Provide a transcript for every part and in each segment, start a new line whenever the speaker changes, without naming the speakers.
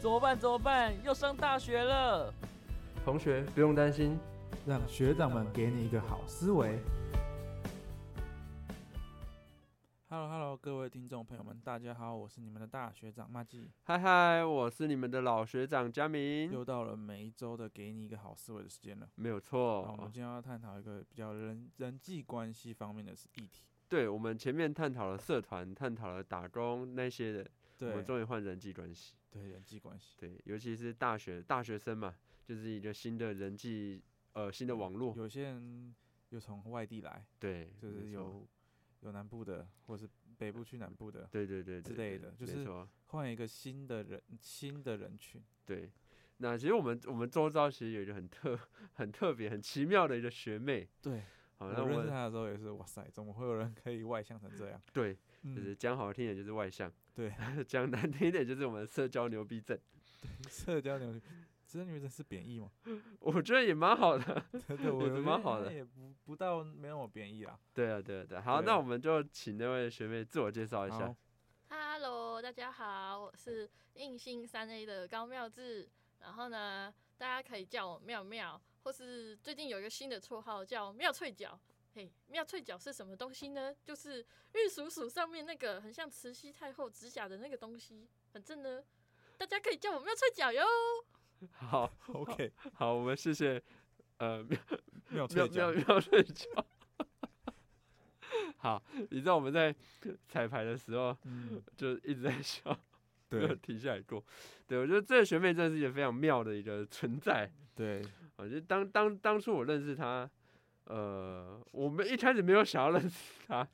怎么办？怎么办？要上大学了！
同学不用担心，
让学长们给你一个好思维。
Hello Hello，各位听众朋友们，大家好，我是你们的大学长马季。
嗨嗨，我是你们的老学长佳明，
又到了每一周的给你一个好思维的时间了。
没有
那我
错。
们今天要探讨一个比较人人际关系方面的议题。
对，我们前面探讨了社团，探讨了打工那些的，我
对
们终于换人际关系。
对，人际关系，
对，尤其是大学大学生嘛，就是一个新的人际呃新的网络。
有些人又从外地来，
对，
就
嗯没
是
错
有有南部的，或是北部去南部的，
对对对
之
对
类
对
的就
没
是
错
换一个新的人，新的人群。
对。那其实我们我们周遭其实有一个很特 很特别很奇妙的一个学妹，
对，
好，
我
那我
认识
们
他的时候也是，哇塞，怎么会有人可以外向成这样？
对，就
嗯
是，讲好听点就是外向，
对，
讲难听一点就是我们社交牛逼症，
社交牛，社交牛真是贬义吗？
我觉得也蛮好的。
对对，我
也
觉
是
得
蛮好
应
的
该也不不到没那么贬义啦。
对啊，对啊，对啊。好，
对
那
啊
我们就请那位学妹自我介绍一下
好。，
Hello，大家好，我是应星三 A 的高妙智。然后呢，大家可以叫我妙妙，或是最近有一个新的绰号叫妙脆角。嘿，妙脆角是什么东西呢？就是玉鼠鼠上面那个很像慈禧太后指甲的那个东西。反正呢，大家可以叫我妙脆角哟。
好
OK，
好，我们谢谢 呃妙妙
妙脆
妙
角，
妙睡觉。 好，你知道我们在彩排的时候
嗯，
就一直在笑，没有
对
停下来过。对，我觉得这个学妹真的是一个非常妙的一个存在。
对，
我觉得当当当初我认识她，呃，我们一开始没有想要认识她，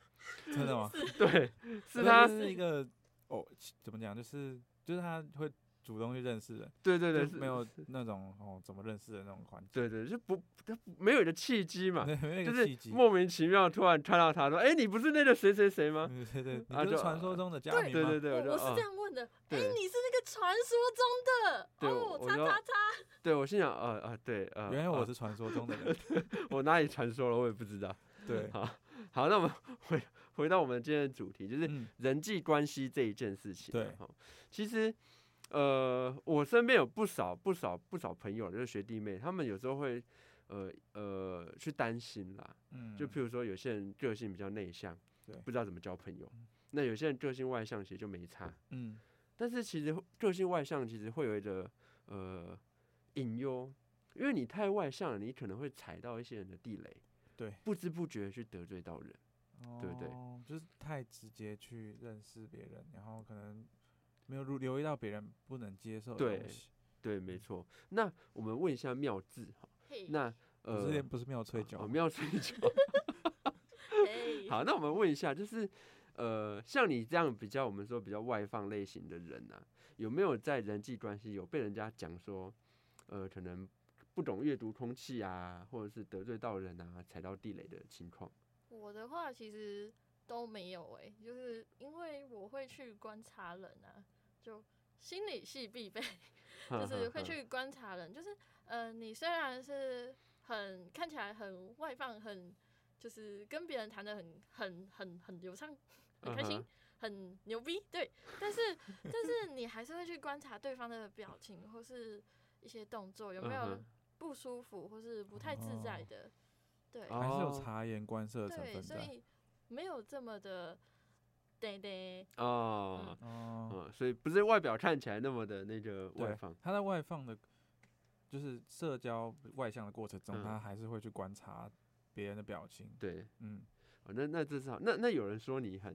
真的吗？
对，是
对
她，
就是一个哦，其怎么讲？就是就是他会主动去认识人，
对对对，
就是没有那种哦怎么认识的那种环节，
对对，就不他没有一个契机嘛，
对，没有一
啊就
个
是
契机。
莫名其妙突然看到他说：“哎、你不是那个谁谁谁吗
嗯 对对，
啊
你
就
就
是
传说中的佳
对
明
对
吗？
对对，
我
我就
我是
啊
这，样问的，哎、
对
你是那个传说
对
中的
我
哦，叉
就
叉叉。
对我心想，呃呃，对，呃，
原来
呃
我是传说中 的人，
我哪里传说了，我也不知道。
对，
好，好，那我们回回到我们今天的主题，就是
嗯，
人际关系这一件事情。啊
对
哈，其实，呃，我身边有不少不少不少朋友，就是学弟妹，他们有时候会，呃呃，去担心啦，
嗯，
就譬如说，有些人个性比较内向，
对
不知道怎么交朋友；那有些人个性外向，其实就没差。
嗯，
但是其实个性外向其实会有一个呃隐忧，因为你太外向了，你可能会踩到一些人的地雷，
对，
不知不觉去得罪到人。对不对
哦就是太直接去认识别人，然后可能没有留留意到别人不能接受的
对
东西。
对，
嗯
没错。那我们问一下妙智哈，
嘿，
那
不是
呃，
不是妙脆角
哦
吗，
妙智就
嘿，
好，那我们问一下，就是呃，像你这样比较我们说比较外放类型的人啊，有没有在人际关系有被人家讲说，呃，可能不懂阅读空气啊，或者是得罪到人啊，踩到地雷的情况？
我的话其实都没有诶、就是因为我会去观察人啊，就心理系必 备，就是会去观察人，就是呃，你虽然是很看起来很外放，很就是跟别人谈的很很很很流畅，很开心。
嗯哼
很牛逼，对，但是但是你还是会去观察对方的表情或是一些动作有没
嗯
有
哼
不舒服或是不太自在
哦
的，对，
哦
还是有察言观色的成
对，
分
所
在。
以没有这么的对对，
哦，
哦，
嗯，所以不是外表看起来那么的那个外
对
放，，
他在外放的，就是社交外向的过程中，
嗯
他还是会去观察别人的表情。
对，
嗯，
哦、那那至少那那有人说你很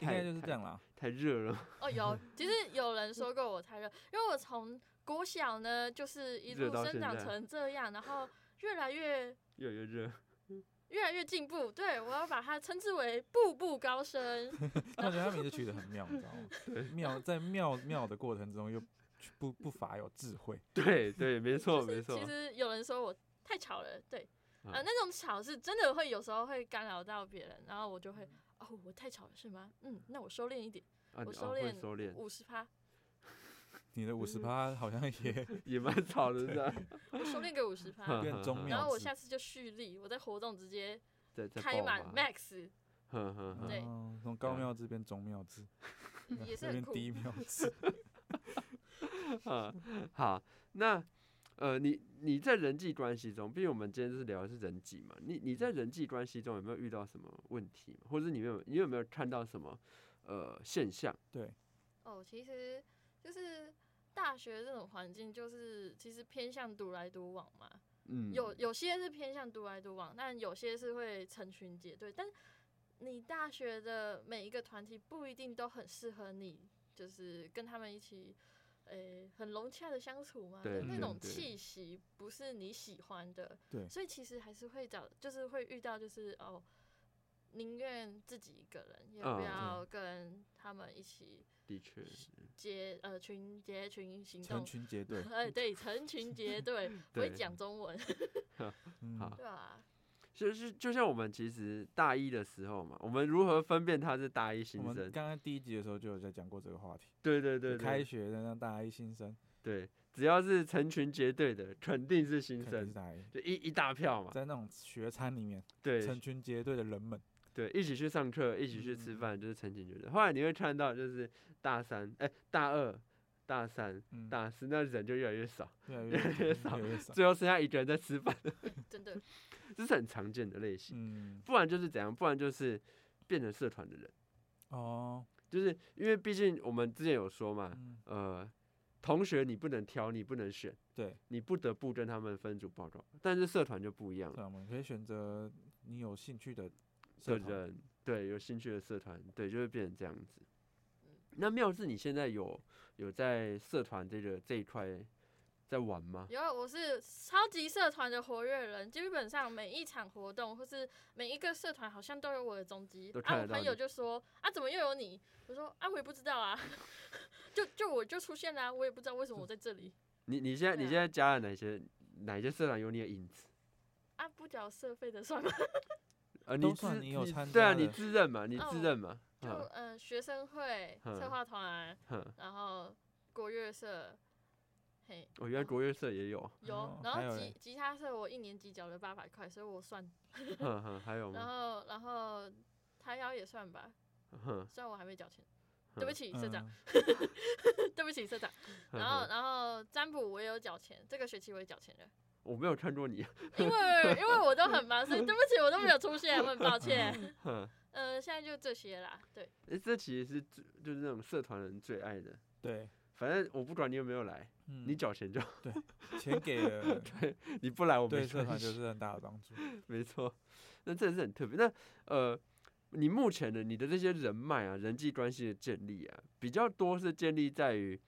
应
太
该就是这样啦。
太太热了，
哦，有，其实有人说过我太热，因为我从国小呢就是一
热
路
到
生
现
长
在
成这样，然后越来越
越来越热，
越来越进步，对我要把它称之为步步高升。
我觉得他名字取得很妙，你知 道吗？妙在妙妙的过程中又不不乏有智慧。
对对， 没 错
就
没
是
错哦
其，实有人说我太吵了，对，
嗯
啊、那种吵是真的会有时候会干扰到别人，然后我就会，
嗯
哦，我太吵了是吗？嗯，那我收敛一点，
啊，
我
你
收
哦会
敛
收敛，
五十趴，
你
嗯
的五十趴好像也
也蛮 吵的，是吧？
我收敛个 五
嗯
十趴，
变中
然
妙
后我
智
下次就蓄力，我在活动直接
在在
开
爆
满
发
max，
哼哼哼，
对嗯
哦从高妙智变中妙智，
也是
这
很
边
酷。
低妙智。
嗯，好，那呃，你你在人际关系中，毕竟我们今天是聊的是人际嘛，你你在人际关系中有没有遇到什么问题，或者你有没有你有没有看到什么呃现象？
对，
哦，其实就是大学这种环境，就是其实偏向独来独往嘛。
嗯，
有有些是偏向独来独往，但有些是会成群结队。但你大学的每一个团体不一定都很适合你，就是跟他们一起，诶、很融洽的相处嘛，
对
就那
对
种
对
气息不是你喜欢的。
对
所以其实还是会找，就是会遇到，就是哦，宁愿自己一个人，也
嗯
不
对
要跟他们一起
的确，
结呃群结群行
成
动。，
群结队
哎，对，成群结队，不会
对
讲中文，
嗯，
好
对啊吧？
就是就像我们其实大一的时候嘛，我们如何分辨他是大一新
我们
生？
刚刚第一集的时候就有在讲过这个话题，
对对
就
对
开
对
学的让大一新生
对，只要是成群结队的，肯定是新
肯定是
生，
大一，
就一一大票嘛。
在那种学餐里面，
对，
成群结队的人们，
对，一起去上课，一起去吃
嗯
饭，就是成群结队。后来你会看到，就是大三，哎、大二、大三、
嗯，
大四，那人就越来越少，
越来
越来越
越
少
越来越少，嗯
最后剩下一个人在吃饭，
真的，
这是很常见的类型。
嗯，
不然就是怎样，不然就是变成社团的人，
哦，
就是因为毕竟我们之前有说嘛，
嗯，
呃，同学你不能挑，你不能选，
对，
你不得不跟他们分组报告，但是社团就不一样
对
了，
啊，我们可以选择你有兴趣的
的
社团，
人对有兴趣的社团，对，就会变成这样子。那妙智，你现在有有在社团这个这一块在玩吗？
有啊我是超级社团的活跃人，基本上每一场活动或是每一个社团好像都有我的踪迹
都。看
啊，
得
我
到
朋友
你
就说啊，怎么又有你？我说啊，我也不知道啊， 就就我就出现啦、我也不知道为什么我在这里
你你现在
对
你
啊
现在加了哪些哪些社团有你的影子？
啊，不缴社费的 算吗？
呃，
都
你自
算你有参
对啊，
加
你
的
自认嘛，你自
哦
认嘛，
就
嗯
呃学生 会、
嗯
策划团，
哼，
然后国乐社，嘿，
我哦原来
然后
国乐社 也有，
有
哦，
然
还有
后吉
嘞
吉他社我一年级缴了八百块，所以我算，
哼哼，还有
然
吗？
后然后台摇也算吧，
哼，
虽然我还没缴钱，对不
嗯
起社长，
嗯，
对不起社长，
哼
然后
哼
然后占卜我也有缴钱，这个学期我也缴钱了，
我没有看过你，
因为因为我都很忙，所以对不起我都没有出现，我很抱歉。
哼，
呃，现在就这些啦，对，
诶这其实是最就是那种社团人最爱的，
对，
反正我不管你有没有来，
嗯
你缴钱就， 好，
钱给 了，
你不来我没
对社
关
团
系
就是很大的帮助，
没错，那真的是很特别。那呃，你目前的你的这些人脉啊、人际关系的建立啊，比较多是建立在于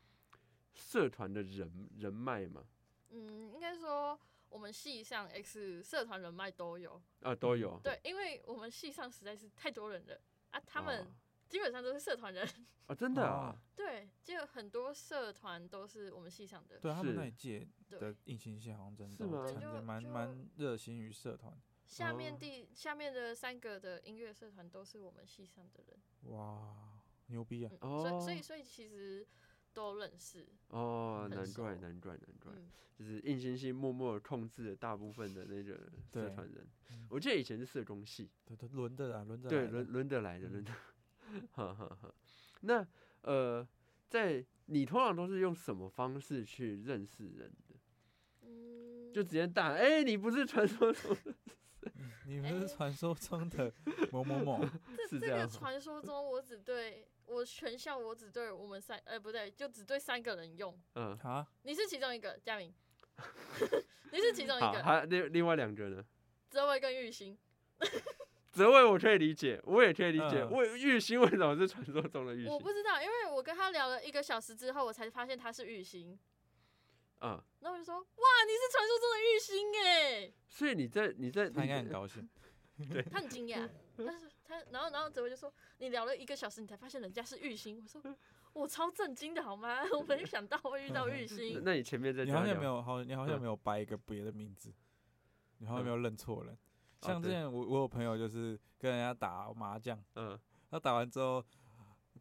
社团的人人脉嘛？
嗯，应该说我们系上 X 社团人脉都有，
啊，都
嗯
有。
对，因为我们系上实在是太多人了啊，他们
哦
基本上都是社团人，
哦，真的啊，
对，就很多社团都是我们系上的，
对他们那
是
一届的
对，
应勤系好像真
是
的
吗
参
对
加
就
蛮
就
蛮热心于社团，
下面
哦
第下面的三个的音乐社团都是我们系上的人，
哇，牛逼啊！
嗯，所以所
哦
以所以其实都认识，
哦，
很
难怪，
熟
难怪，难怪，
嗯，
就是硬星系默默地控制了大部分的那个社
对
团人
嗯。
我记得以前是社工系，
都都轮着啊，轮着
对，
来的
轮轮得来的，轮
嗯
得。哈哈哈。那呃，在你通常都是用什么方式去认识人的？
嗯
就直接大喊，哎、你不是传说中的
嗯你们
哎
是传说中的某某某，
这
是这
这个
样吗？
传说中，我只对我全校我只对我们三，呃，不对，就只对三个人用。
嗯，
啊，
你是其中一个，佳 明，你是其中一
好，
个，
还有另另外两个呢？
泽伟跟玉兴，
泽伟我可以理解，我也可以理解。
嗯
我玉兴为什么是传说中的玉
我
兴？
不知道，因为我跟他聊了一个小时之后，我才发现他是玉兴，
嗯，
然后我就说，哇，你是传说中的玉兴哎，
所以你在你在
他应
你
该很
在
高兴。
他很惊讶，但是他，然后然后泽伟就说，你聊了一个小时，你才发现人家是玉兴，我说。我超震惊的好吗？ 我没有想到会遇到 玉
那
兴，
那你前面在
你好
讲
像没
有？
有好，你好像
嗯
没有掰一个别的名字，你好像没有认错人。
哦
像之
对
前我我有朋友就是跟人家打麻将，
嗯，
他打完之后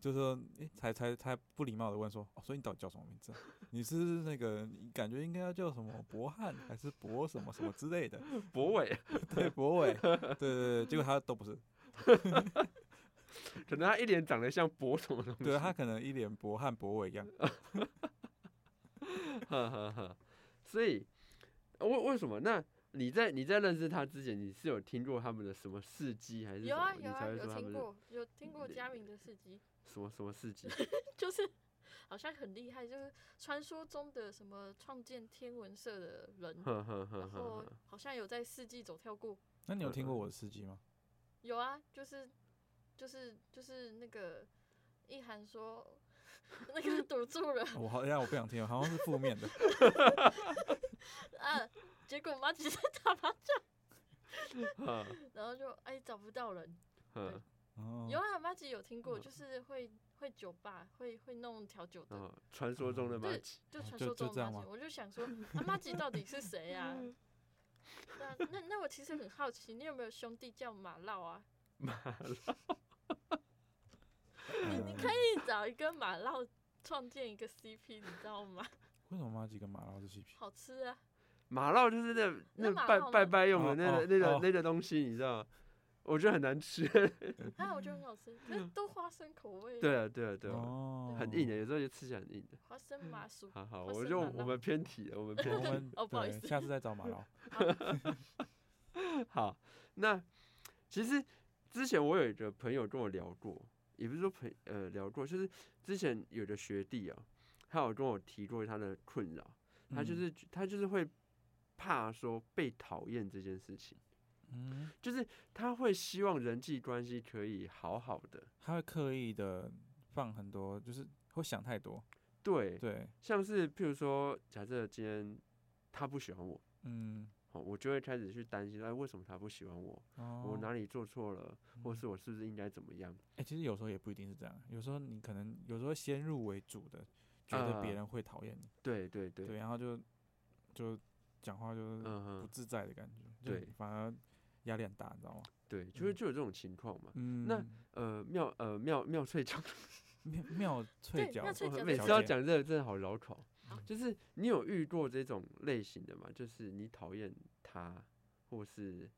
就说，诶，才才才不礼貌的问说，哦，所以你到底叫什么名字啊？你是那个你感觉应该要叫什么博汉还是博什么什么之类的？
博伟，
对，博伟，对对对，结果他都不 是，
可能他一脸长得像博什么东西。
对他可能一脸博汉博伟一样。
呵呵呵。所以，呃为为什么？那你在你在认识他之前，你是有听过他们的什么事迹，还是什
有
么？
啊
你
有啊，
才会
有
说他
听
们是
过有听过佳明的事迹，
什么什么事迹？
就是好像很厉害，就是传说中的什么创建天文社的人，
呵呵呵
然
呵
后
呵。
好像有在世纪走跳过。
那你有听过我的司机吗？
有啊，就是就是就是那个一涵说 那个堵住了，
哦我好让我不想听，好像是负面的。
啊，结果妈只是打麻将，
呵
然后就哎找不到人。
呵
哦，
有啊，妈吉有听过，
嗯
就是会会酒吧，会会弄调酒的，
哦，传说中的马
对
吉，
就
哦
传
就
说
就
中
这
的
样
妈吉。
吗
我就想说，啊，妈吉到底是谁呀？ 那那那我其实很好奇，你有没有兄弟叫马烙啊？
你
你可
嗯
以找一个马烙创建一个 CP，你知道吗？
为什么妈吉跟马拉是 CP？
好吃啊！
马烙就是那
那
那
马
拜
烙
拜
吗
拜用的
哦
那个
哦
那个
哦
那个东西，你知道吗？我觉得很难吃。
啊，我觉得很好吃，可
嗯
是都花生口味，
对啊对啊对啊，
哦，
很硬的，有时候就吃起来很硬的。
花
嗯
生麻薯。
好好，
花
我
生
就
麻
我
辣
们偏题了，我们偏
我
题。
们
哦不好意
对
思
下次再找马拉。
好，那其实之前我有一个朋友跟我聊过，也不是说朋呃聊过，就是之前有个学弟啊，他有跟我提过他的困扰， 他就
嗯
是、他就是会怕说被讨厌这件事情，
嗯，
就是他会希望人际关系可以好好的，
他会刻意的放很多，就是会想太多。
对，
对，
像是譬如说，假设今天他不喜欢我。
嗯，
哦，我就会开始去担心，哎，为什么他不喜欢我？
哦，
我哪里做错了，或
嗯
是我是不是应该怎么样？
哎、其实有时候也不一定是这样，有时候你可能有时候先入为主的觉得别
啊
人会讨厌你，
对对对，
对，然后就就讲话就
嗯
是不
哼，
自在的感觉，就
对
反而压力很大，你知道吗？
对，就是
嗯
就有这种情况嘛。
嗯，
呃，妙呃妙妙翠讲，
妙妙翠
对
角，
妙翠角
每
小
次要
姐
讲这个真的好绕口
好。
就是你有遇过这种类型的吗？就是你讨厌他，或是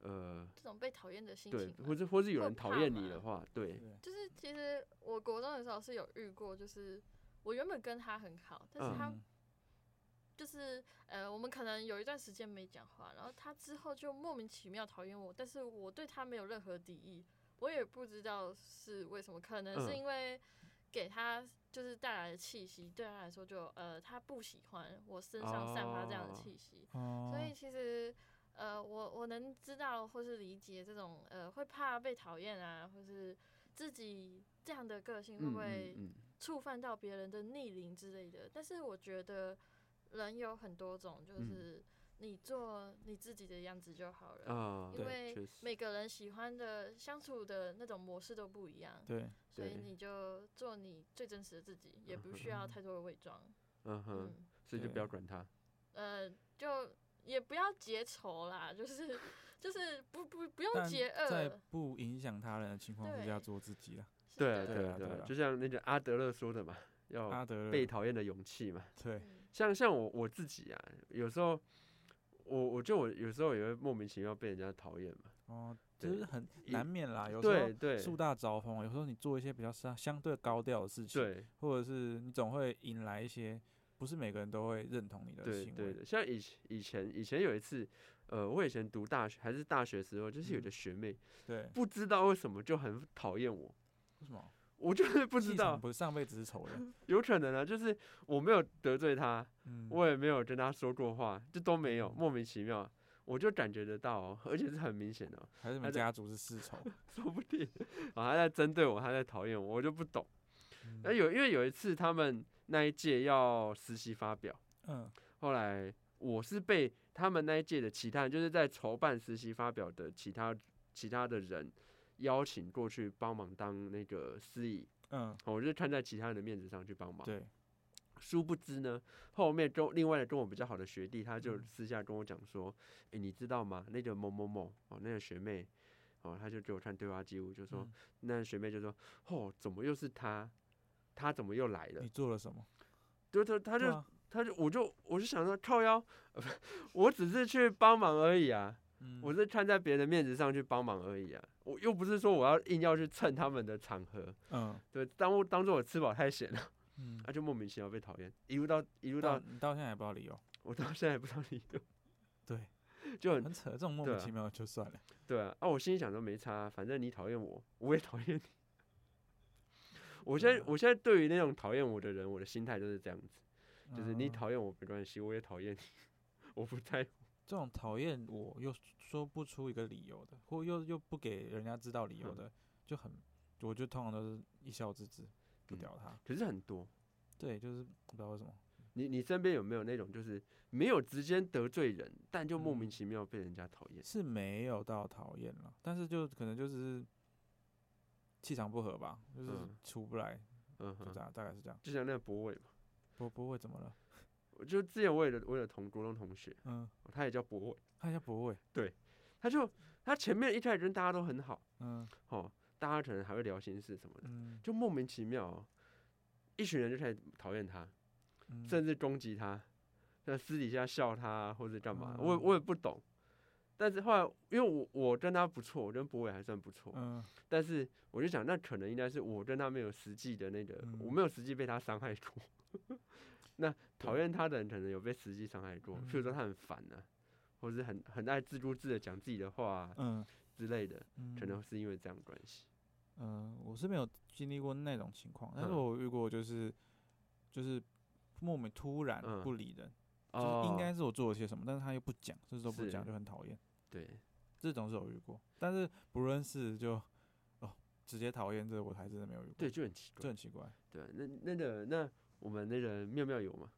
呃
这种被讨厌的心
对
情，吧，
或者或是有
或
人讨
怕
厌你
嘛
的话，对，
对
就是其实我国中的时候是有遇过，就是我原本跟他很好，但是他
嗯
就是、呃，我们可能有一段时间没讲话，然后他之后就莫名其妙讨厌我，但是我对他没有任何敌意，我也不知道是为什么，可能是
嗯
因为给他就是带来的气息，对他来说就呃他不喜欢我身上散发这样的
哦
气息，
哦，
所以其实，呃，我我能知道或是理解这种呃会怕被讨厌啊，或是自己这样的个性会
嗯
不
嗯
会
嗯，
触犯到别人的逆鳞之类的。但是我觉得人有很多种，就
嗯
是你做你自己的样子就好了。
啊，
因
对，
为
确实，
每个人喜欢的相处的那种模式都不一样，
对，
所以
对
你就做你最真实的自己，也不需 要太多的伪装。
嗯哼，
嗯，
所以就不
对
要管他，
呃，就也不要结仇啦，就是就是不不不用
但
结
在
恶，
不影响他人的情况之下
呃对
做自己啦。
是
对啊
的
对
对
啊
啊
对
对
啊，
啊
就像那个阿德勒说的嘛，要
阿德勒
哦被讨厌的勇气嘛。
对，
嗯
像像我我自己啊，有时候我我就我有时候也会莫名其妙被人家讨厌嘛。
哦，就
对
是很
也
难免啦，有时
对
候
对
树大招风，有时候你做一些比较相相对高调的事情，
对
或者是你总会引来一些不是每个人都会认同你的
对
行
对
为。
的，像以前以前以前有一次，呃，我以前读大学还是大学时候，就是有
嗯
个学妹、
对，
不知道为什么就很讨厌我，
为什么？
我就是不
不
知道，
不是上辈子是仇人。
有可能啊，就是我没有得罪她，
嗯，
我也没有跟她说过话，这都没有，
嗯
莫名其妙。我就感觉得到、哦，而且是很明显的哦、
还是你
还
们
在
家族是世仇。
说不定啊，她在针对我，她在讨厌我，我就不懂。
嗯
那有因为有一次他们那一届要实习发表，
嗯，
后来我是被他们那一届的其他人，就是在筹办实习发表的其他其他的人邀请过去帮忙当那个司仪，哦
嗯，
我就是看在其他人的面子上去帮忙。
对，
殊不知呢，后面跟另外的跟我比较好的学弟，他就
嗯
私下跟我讲说：“诶，你知道吗？那个某某某哦，那个学妹哦，他就给我看对话记录，就说、
嗯
那学妹就说：哦，怎么又是她？她怎么又来了
你？做了什么？
就他他
对
就
啊
他就我就我就想说靠腰， 呃不我只是去帮忙而已啊，
嗯，
我是看在别人的面子上去帮忙而已啊，我又不是说我要硬要去蹭他们的场合，
嗯
对，当我当做我吃饱太闲了，
嗯，
啊，就莫名其妙被讨厌，一路到一路
到
到
你到现在还不知道理由，
我到现在也不知道理由，
对，
就很
很扯，这种莫
对
名
啊
其妙的就算了，
对啊，啊，我心里想说没差，反正你讨厌我，我也讨厌你。我现
对
在
啊
我现在对于那种讨厌我的人，我的心态就是这样子，就是你
嗯
讨厌我没关系，我也讨厌你， 我不在乎。
这种讨厌我又说不出一个理由的，或又又不给人家知道理由
嗯
的，就很，我就通常都是一笑置之，不
嗯
屌他。
可是很多，
对，就是不知道为什么。
你你身边有没有那种就是没有直接得罪人，但就莫名
嗯
其妙被人家讨厌？
是没有到讨厌了，但是就可能就只是气场不合吧，就是
嗯
出不来，
嗯
就这
哼，
样，大概是这样。
就像那个博伟嘛，
不不会怎么了？
我就之前我有我有同国中同学，哦
嗯，
他也叫博伟，
看一下不会，
他就他前面一开始跟大家都很好，
嗯
哦，大家可能还会聊心事什么的。
嗯，
就莫名其妙、哦，一群人就开始讨厌他，
嗯
甚至攻击他，在私底下笑他啊或者干嘛，
哦
我也我也不懂。但是后来，因为我我跟他不错，我跟博伟还算不错，
嗯
但是我就想，那可能应该是我跟他没有实际的那个，我
嗯
没有实际被他伤害过。 那讨
对
厌他的人可能有被实际伤害过，譬如说
嗯
他很烦啊，或者是很很爱自顾自的讲自己的话、啊
嗯
之类的，
嗯，
可能是因为这样的关系。
嗯，我是没有经历过那种情况，但是
嗯
我遇过就是就是莫名突然
嗯
不理人，就是
哦，
应该是我做了些什么，但是他又不讲，就是都不
是
讲，就很讨厌。
对，
这种是有遇过，但是不论是就哦直接讨厌这个我还真的没有遇过，
对，，就很奇怪
这。很奇怪。
对，啊那那个那我们那个妙妙有吗？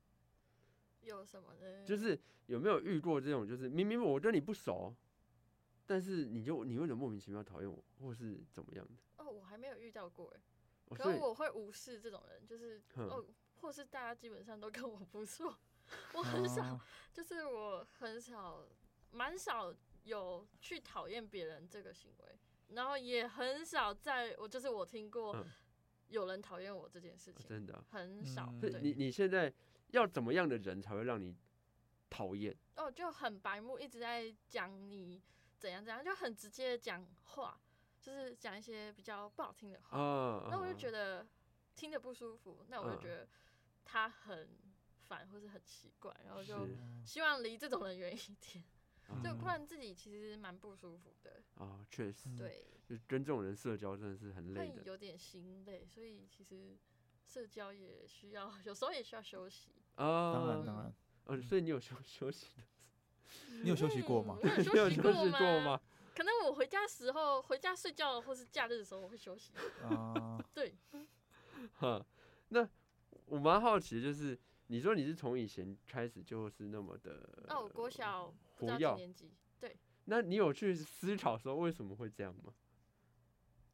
有什么呢？
就是有没有遇过这种，就是明明我跟你不熟，但是你就你为什么莫名其妙讨厌我，或是怎么样的？
哦，我还没有遇到过哎，
哦、
可
所以
是我会无视这种人，就是
嗯
哦，或是大家基本上都跟我不 错，我很少
哦
就是我很少，蛮少有去讨厌别人这个行为，然后也很少在我就是我听过
嗯
有人讨厌我这件事
哦
情，
真的啊、
很少。
嗯
所以
对，
你你现在要怎么样的人才会让你讨厌？
哦，就很白目，一直在讲你怎样怎样，就很直接地讲话，就是讲一些比较不好听的话，
啊，
那我就觉
得
得听着不舒服，那我就
嗯
觉得他很烦或是很奇怪，然后就是
哦
希望离这种人远一点，就
嗯
不然自己其实蛮不舒服的。
啊，确、实，
嗯
对，
就跟这种人社交真的是很累
会
的
有点心累，所以其实社交也需要，有时候也需要休息。
当然
啊。
当
嗯
然，
呃，所以你有休休息的，
你有休息过 吗
嗯？我有
你
休息
有休
过
息
吗？
过吗？
可能我回家的时候，回家睡觉或是假日的时候，我会休息。
啊，
对，
哈，那我蛮好奇，就是你说你是从以前开始就是那么的，
那我哦
呃
国小不知
活
道几
跃
年级。对，
那你有去思考说为什么会这样吗？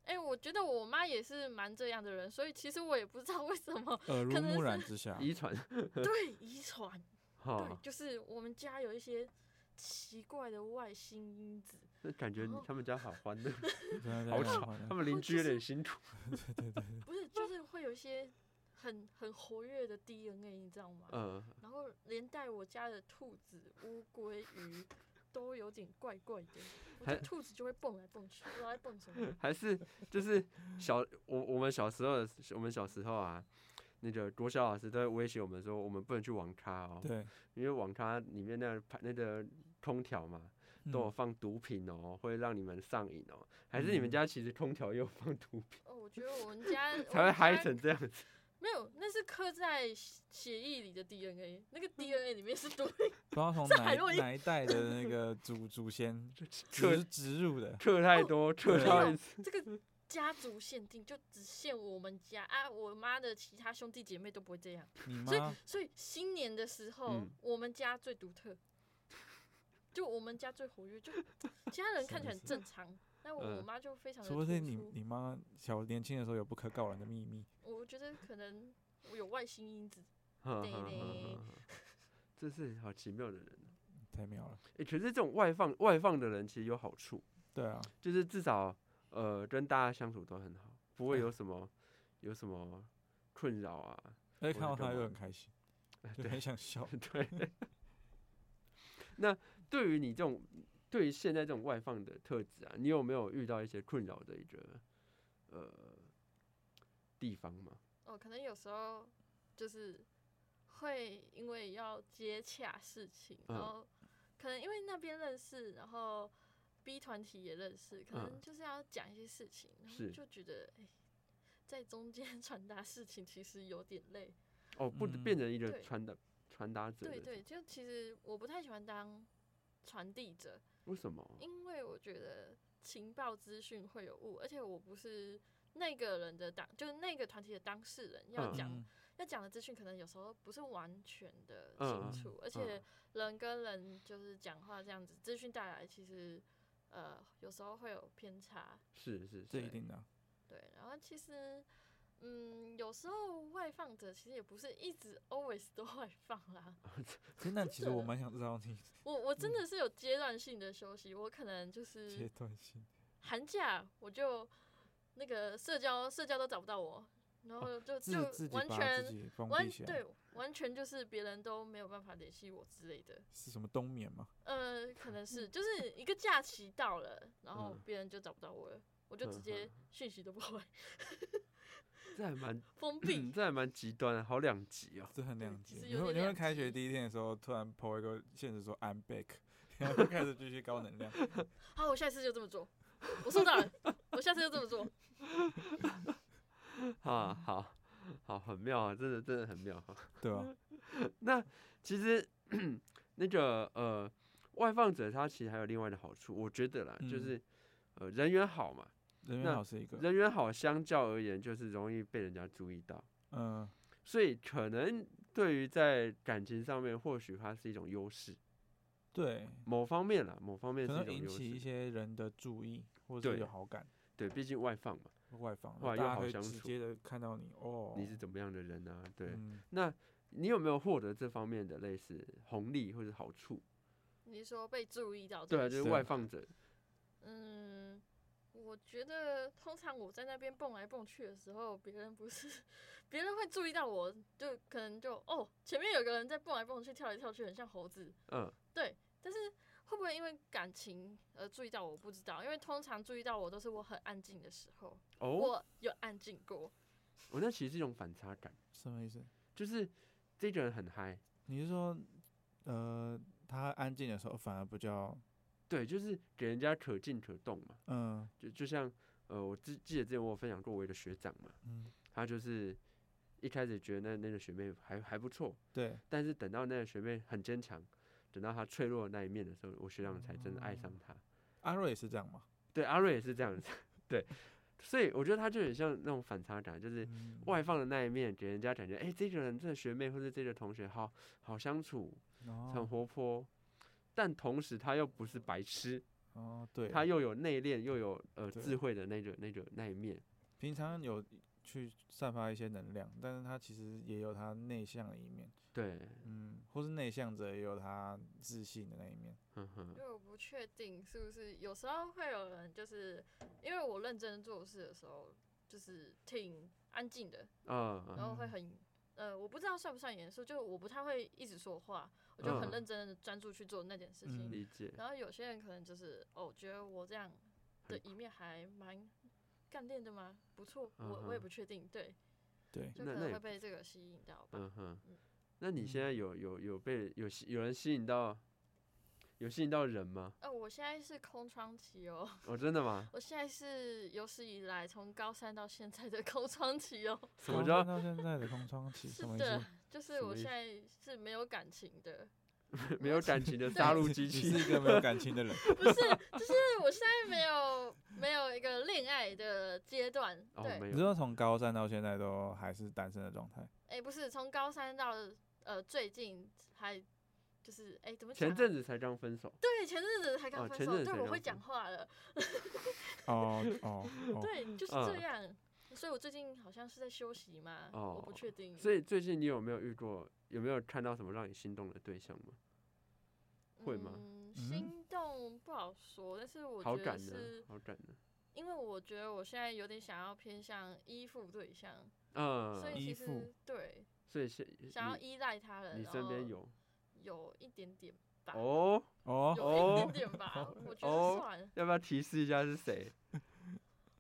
哎、我觉得我妈也是蛮这样的人，所以其实我也不知道为什么。
耳濡
可能
目
是
染之下，
遗传，
对，遗传，对
哈，，
就是我们家有一些奇怪的外星因子。
那感觉你
哦
他们家好欢 乐，
真的
好
在
巧
换
他们邻
哦
居有
就
点
是
辛苦。嗯
不是，就是会有一些很很活跃的 DNA，你知道吗？
嗯，
然后连带我家的兔子、乌龟、鱼都有点怪怪的，我
还
的兔子就会蹦来蹦去，不知道在蹦什 么。
还是就是小我我们小时候的时我们小时候啊，那个国小老师都会威胁我们说，我们不能去网咖哦，
对，
因为网咖里面那个排那个空调嘛，
嗯
都有放毒品哦，会让你们上瘾哦。还是你们
嗯
家其实空调也有放毒品，
哦，我觉得我们家我
才会
们
嗨
家
成这样子？
没有，那是刻在血血液里的 DNA，那个
嗯
DNA 里面是毒品。
不知道从
这
哪
海
一
洛因
哪一代的那个祖祖先植
克
植入的，
克太
哦
多，克
对
到
没
一
有
次
这个
嗯
家族限定就只限我们家啊，我妈的其他兄弟姐妹都不会这样。
你
所以
妈
所以新年的时候，
嗯
我们家最独特，就我们家最活跃，就其他人看起来很正常，但我
呃
我
嗯
妈就非常的
说
突
不
出。
定你你妈小年轻的时候有不可告人的秘密，
我觉得可能我有外星因子，
哈
对
哈哈
嘞
哈 真是好奇妙的人。
太妙了。
诶，可是这种外放外放的人其实有好处，
对啊，
就是至少呃跟大家相处都很好，不会
对
有什么有什么困扰啊。
而
我在
且哎看到
干
她就
嘛
很开心， 就
对
很想笑。
对。 那对于你这种对于现在这种外放的特质啊，你有没有遇到一些困扰的一个呃地方吗？
哦，可能有时候就是会因为要接洽事情，
嗯
然后可能因为那边认识，然后 B 团体也认识，可能
嗯
就是要讲一些事情，然后
是
就觉得哎、在中间 传达事情其实有点累。
哦，不
嗯
变成一个
对
传达传达者的，
对对，就其实我不太喜欢当传递者，
为什么？
因为我觉得情报资讯会有误，而且我不是那个人的当，就是那个团体的当事人要
嗯
讲、
嗯
要讲的资讯，可能有时候不是完全的
嗯
清楚，而且人跟人就是讲话这样子，资讯带来其实呃有时候会有偏差，
是是
这
是，
一定 的啊，
对，然后其实。嗯，有时候外放者其实也不是一直 always 都外放啦。
其实那其实
的嗯
我蛮想知道你
我我真的是有阶段性的休息，我可能就是
嗯阶段性，
寒假我就那个社交社交都找不到我，然后就、
哦自
就
自己
完
把自
全
己封
完
闭起来
对，完全就是别人都没有办法联系我之类的。
是什么冬眠吗？
呃，可能是就是一个假期到了，然后
嗯
别人就找不到我了，我就直接讯息都不回，
这还蛮
封闭。
这还蛮极端的，好两极哦。
这很
对
两
其
极。
实
你
有
会
点
你会
两
开学
极
第一天的时候突然 po 一个现实说 I'm back，然后开始继续高能量。
好，我下一次就这么做。我收到了，我下次就这么 做。嗯
啊，好好，很妙啊，真的真的很妙。
对吧？
那其实 那个呃，外放者他其实还有另外的好处，我觉得啦，就
嗯
是呃人缘好嘛，
人
那
缘好是一个，
人缘好相较而言就是容易被人家注意到，
嗯，
所以可能对于在感情上面，或许它是一种优势，
对，
某方面啦，某方面
可
是一
能
种
引
优
起一
势。
些人的注意，或者
对
有好感，
对，毕竟外放嘛，
外放，
哇又
大家
好
会
相
直
处
接的看到你哦，
你是怎么样的人啊？对，
嗯，
那你有没有获得这方面的类似红利或者好处？
你说被注意到这
对啊，
件事，
就是
是
外放者，
嗯，我觉得通常我在那边蹦来蹦去的时候，别人不是，别人会注意到我，就可能就哦，前面有个人在蹦来蹦去、跳来跳去，很像猴子。
嗯，
对，但是会不会因为感情而注意到我不知道，因为通常注意到我都是我很安静的时候，
哦，我、
我有安静过。
哦那其实是一种反差感，
什么意思？
就是这个人很嗨，
你是说，呃，他安静的时候反而不叫，
对，就是给人家可进可动嘛，
嗯
就就像呃，我记记得之前我有分享过我一个学长嘛，
嗯，
他就是一开始觉得那那个学妹还还不错，
对，
但是等到那个学妹很坚强，等到她脆弱的那一面的时候，我学长才真的爱上她。
阿瑞也是这样嘛，
对，阿瑞也是这样子， 对，所以我觉得他就很像那种反差感，就是
嗯
外放的那一面，给人家感觉，哎、这个人、这个学妹或者这个同学好好相处，很
哦
活泼，但同时他又不是白痴，
哦，对，
他又有内敛，又有呃
对
智慧的那个那个那一面。
平常有去散发一些能量，但是他其实也有他内向的一面，
对，
嗯，或是内向者也有他自信的那一面，
哼嗯哼
因，为我不确定是不是有时候会有人，就是因为我认真做事的时候，就是挺安静的，
啊、
然后会
嗯
很，呃，我不知道算不算严肃，就我不太会一直说话，我就很
嗯
认真的专注去做那件事情。
嗯
理解，
然后有些人可能就是，哦，觉得我这样的一面还蛮干练的吗？不错，我我也
嗯哼
不确定，对，
对，
就
那
可
那
能
也
会被这个吸引到吧。
嗯哼
嗯。
那你现在有有有被有吸有人吸引到，有吸引到人吗？
呃，我现在是空窗期哦，
哦，真的 吗？
我现在是有史以来从高三到现在的 空窗期哦。
什么
高
叫
中到现在的空窗期？
是
什么意
的
思？，
就是
什
我
么意
现
思
在是没有感情的，
没有感情的杀
你
戮
是
机
你
器？
是一个没有感情 的人。
不是，就是我现在没有没有一个恋爱的阶段，
哦，
对，
没
你知
有。
道从高三到现在都还是单身的状态？
哎、不是，从高三到呃最近还就是哎、怎么讲啊
前阵子才刚分手，
对前阵子才
哦
刚分
前
手，
阵子才
对我会
刚分
讲话了，
哦哦哦，
对，就是这
嗯
样，所以我最近好像是在休息嘛，我
哦
不确定，
所以最近你有没有遇过，有没有看到什么让你心动的对象吗？会吗
嗯，
嗯
心动不好说，但是我
好
觉得
感呢
是？
好感呢？
因为我觉得我现在有点想要偏向依附对象，所
嗯，
以其
依附
实对
所以现
想要
你
依赖他人，
你
然
身
后
边有
有一点点吧。
哦？
哦，
有一
哦
点点吧，我觉
哦
得算。
要不要提示一下是谁？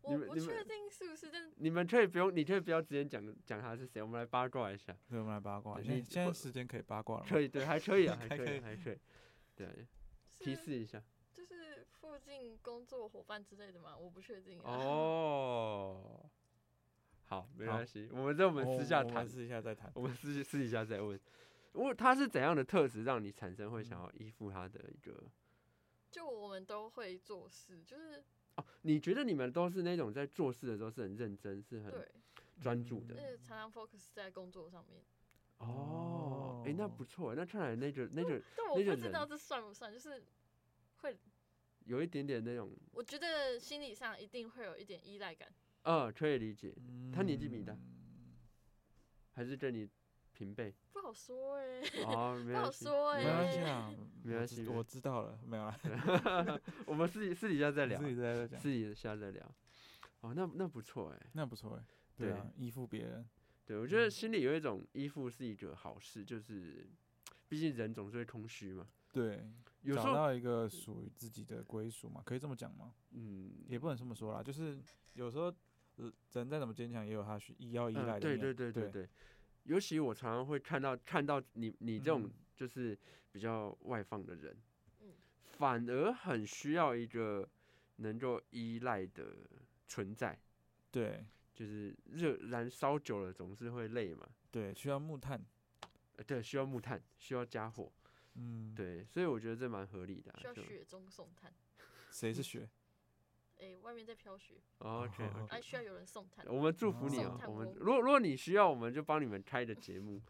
我
你们
不
你们
确定是不是，但
你们可以不用，你可以不要直接讲讲他是谁，我们来八卦一下。
对，我们来八卦。
对
现
你
在现在
会
时间可以八卦了吗？
可以，对，还可 以啊，还
还
可
可
以，
以
还可以。对，提
是
示一下。
就是附近工作伙伴之类的嘛，我不确定、啊。
哦， 好，没
好
关系，我们这我们
哦
私下
我
谈
们，私下再谈。
我们私私底下再问。我他是怎样的特质让你产生会想
嗯
要依附他的一个？
就我们都会做事，就是
哦，你觉得你们都是那种在做事的时候是很认真，是很
对，
专注
就
的
嗯
对
是常常 focus 在工作上面。
哦，诶，那
哦
不错，那看来那个那个
但我
那个
不知道
人
这算不算，就是会，
有一点点那种，
我觉得心理上一定会有一点依赖感。
呃，可以理解，他年纪比你大
嗯，
还是跟你平辈
不好说哎、
哦，没
不好
关系，
说欸
没关
哎
系啊，
没
我
关
知
系没
我
关
知道了，没有了，啊
我们私底私底下再聊
自，己在这讲，
私底下再聊。哦，那那不错哎、
那不错哎。对啊，依附别人，
对我觉得
嗯
心里有一种依附是一个好事，就是毕竟人总是会空虚嘛，
对，
有时
找
候
到一个属于自己的归属嘛，可以这么讲吗？
嗯，
也不能这么说啦，就是有时候呃人再怎么坚强，也有他需要依
嗯
赖的
对
面。
对对对
对，
对，尤其我常常会看到看到你你这种
嗯
就是比较外放的人，
嗯
反而很需要一个能够依赖的存在，
对
就是热燃烧久了总是会累嘛，
对，需要木炭。
呃对，需要木炭，需要家伙，
嗯，，
对，所以我觉得这蛮合理的啊、
需要
就
雪中送炭。
谁是雪？
哎、外面在飘雪，
哦 OK
哦
OK，
哎、需要有人送炭。
我们祝福你
送
哦。
炭
我们
火
如果如果你需要，我们就帮你们开的节目，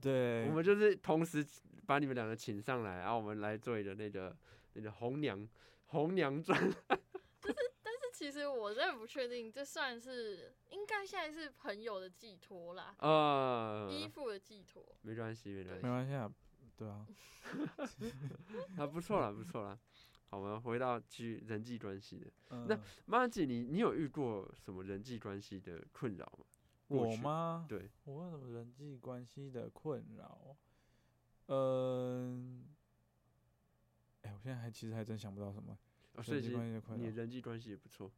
对，
我们就是同时把你们两个请上来，然后我们来做一个那个那个红娘红娘传。
但其实我真的不确定，这算是应该现在是朋友的寄托啦，
呃，
依附的寄托。
没关系，没关
没
系，
关系啊，对啊，
那啊不错啦，不错啦。好，我们回到去人际关系的。那
嗯
妈姐，你你有遇过什么人际关系的困扰吗？过
我
去？
吗？
对，
我有什么人际关系的困扰？嗯、哎、我现在还其实还真想不到什么
哦、所以
人
其
际关
实
系的困
你
扰。
人际关系也不错。